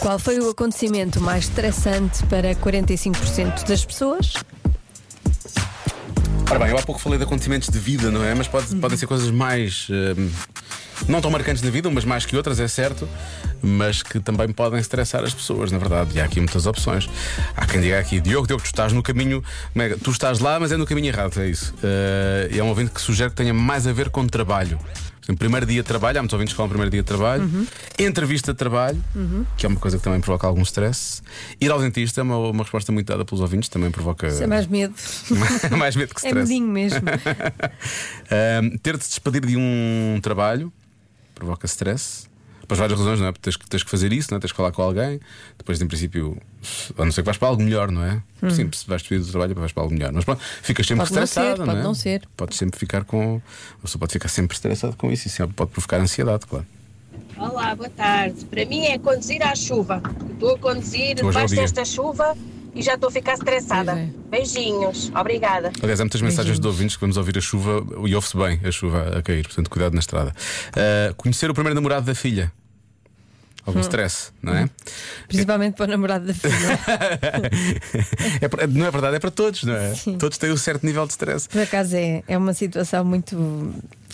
Qual foi o acontecimento mais estressante para 45% das pessoas? Ora bem, eu há pouco falei de acontecimentos de vida, não é? Mas pode- Uhum. podem ser coisas mais. hum, não tão marcantes na vida, umas mais que outras, é certo, mas que também podem estressar as pessoas, na verdade. E há aqui muitas opções. Há quem diga aqui, Diogo, Diogo, tu estás no caminho. como é que- Tu estás lá, mas é no caminho errado, é isso. Eh, e é um ouvinte que sugere que tenha mais a ver com trabalho. Por exemplo, primeiro dia de trabalho, há muitos ouvintes que falam primeiro dia de trabalho, Uhum. entrevista de trabalho, que é uma coisa que também provoca algum stress. Ir ao dentista é uma, uma resposta muito dada pelos ouvintes, também provoca Isso é mais medo. mais medo que É stress. medinho mesmo. Um, ter de se despedir de um trabalho provoca stress. Por várias razões, não é? Porque tens, que- tens que fazer isso, não é? tens que falar com alguém. Depois, em princípio, a não ser que vais para algo melhor, não é? Sim, se vais despedir do trabalho, vais para algo melhor. Mas pronto, ficas sempre Hum. Pode não estressado. ser, pode é? não ser. Podes sempre ficar com. A pessoa pode ficar sempre estressado com isso. Isso pode provocar ansiedade, claro. Olá, boa tarde. Para mim é conduzir à chuva. Estou a conduzir Hoje é o debaixo dia. desta chuva e já estou a ficar estressada. Pois é. Beijinhos. Obrigada. Aliás, há muitas mensagens de ouvintes que vamos ouvir a chuva e ouve-se bem a chuva a cair, portanto, cuidado na estrada. Uh, conhecer o primeiro namorado da filha. Hum. Algum stress, não é? Principalmente para o namorado da filha. É pra- não é verdade, é para todos, não é? Todos têm um certo nível de stress. Por acaso é, é uma situação muito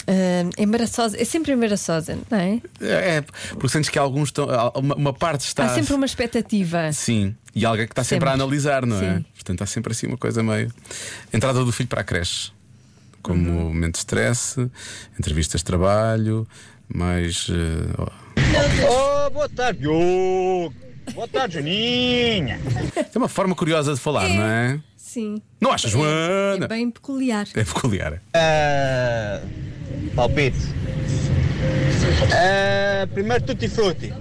ah, embaraçosa. É sempre embaraçosa, não é? É, é, porque sentes que alguns estão. Uma, uma parte está. Há sempre uma expectativa. Sim, e alguém que está Sempre. sempre, a analisar, não é? Sim. Portanto, há sempre assim uma coisa meio. Entrada do filho para a creche, como Uhum. momento de stress, entrevistas de trabalho, mais. eh, ó. Oh, boa tarde, Diogo. Boa tarde, Juninha. É uma forma curiosa de falar, não é? Sim. Não achas, É, Joana? é bem peculiar. É peculiar. Ah, palpite. Ah, primeiro tutti frutti.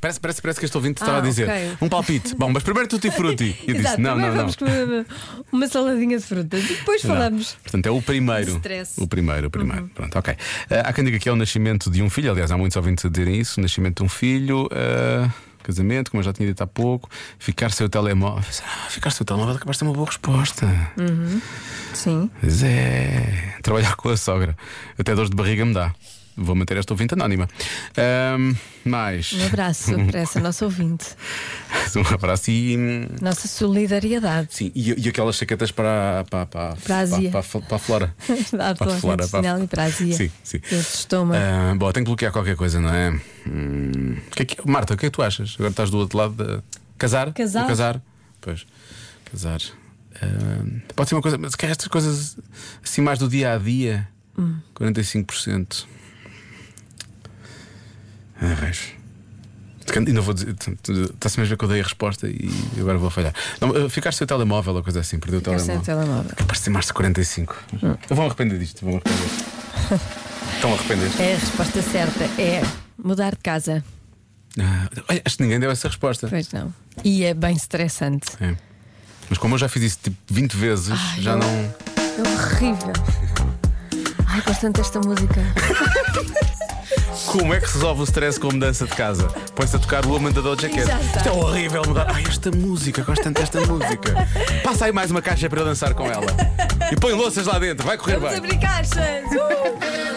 Parece, parece, parece que este ouvinte estava Ah, a dizer ok. um palpite. Bom, mas primeiro tutti frutti. E eu disse: Exato, não, primeiro não, não. vamos comer uma, uma saladinha de frutas e depois Não. falamos. Portanto, é o primeiro. De stress. Uhum. O primeiro, o primeiro. Pronto, ok. Ah, há quem diga que é o nascimento de um filho, aliás, há muitos ouvintes a dizerem isso: o nascimento de um filho, ah, casamento, como eu já tinha dito há pouco, ficar sem o telemóvel. Ah, ficar sem o telemóvel capaz de ter uma boa resposta. Hum. Sim. Pois é. Trabalhar com a sogra. Até dores de barriga me dá. Vou manter esta ouvinte anónima. Ahm, mais. Um abraço para essa nossa ouvinte. Um abraço e. hum, Nossa solidariedade. Sim, e, e aquelas chaquetas para, para, para, Para a Ásia. para, para, para a flora. Dá para flora, flora, para a- para... e para a é azia. Sim, sim. Dor de estômago. Ah, bom, tenho que bloquear qualquer coisa, não é? Hum, o que é que- Marta, o que é que tu achas? Agora estás do outro lado de... Casar? Casar. Do casar? Pois, casar. Ah, pode ser uma coisa, mas que estas coisas assim mais do dia a dia, Hum. 45%. Ah, raios. E não vou dizer, está-se mesmo a ver que eu dei a resposta e agora vou falhar. Não, ah, ficar sem o telemóvel ou coisa assim, perder o Ficar sem é o telemóvel. telemóvel. Parece ser mais de 45. Eu vou arrepender disto, vou arrepender. Estão a arrepender. É a resposta certa. É mudar de casa. Ah, olha, acho que ninguém deu essa resposta. Pois não. E é bem estressante. É. Mas como eu já fiz isso tipo 20 vezes, Ai, já eu- não. É horrível. Ai, gosto tanto desta música. Como é que se resolve o stress com a mudança de casa? Põe-se a tocar o Woman da Doja Cat. Já está. Isto é horrível mudar. Ai, esta música, gosto tanto desta música. Passa aí mais uma caixa para eu dançar com ela. E põe louças lá dentro, vai correr Vamos bem. abrir caixas! Uh!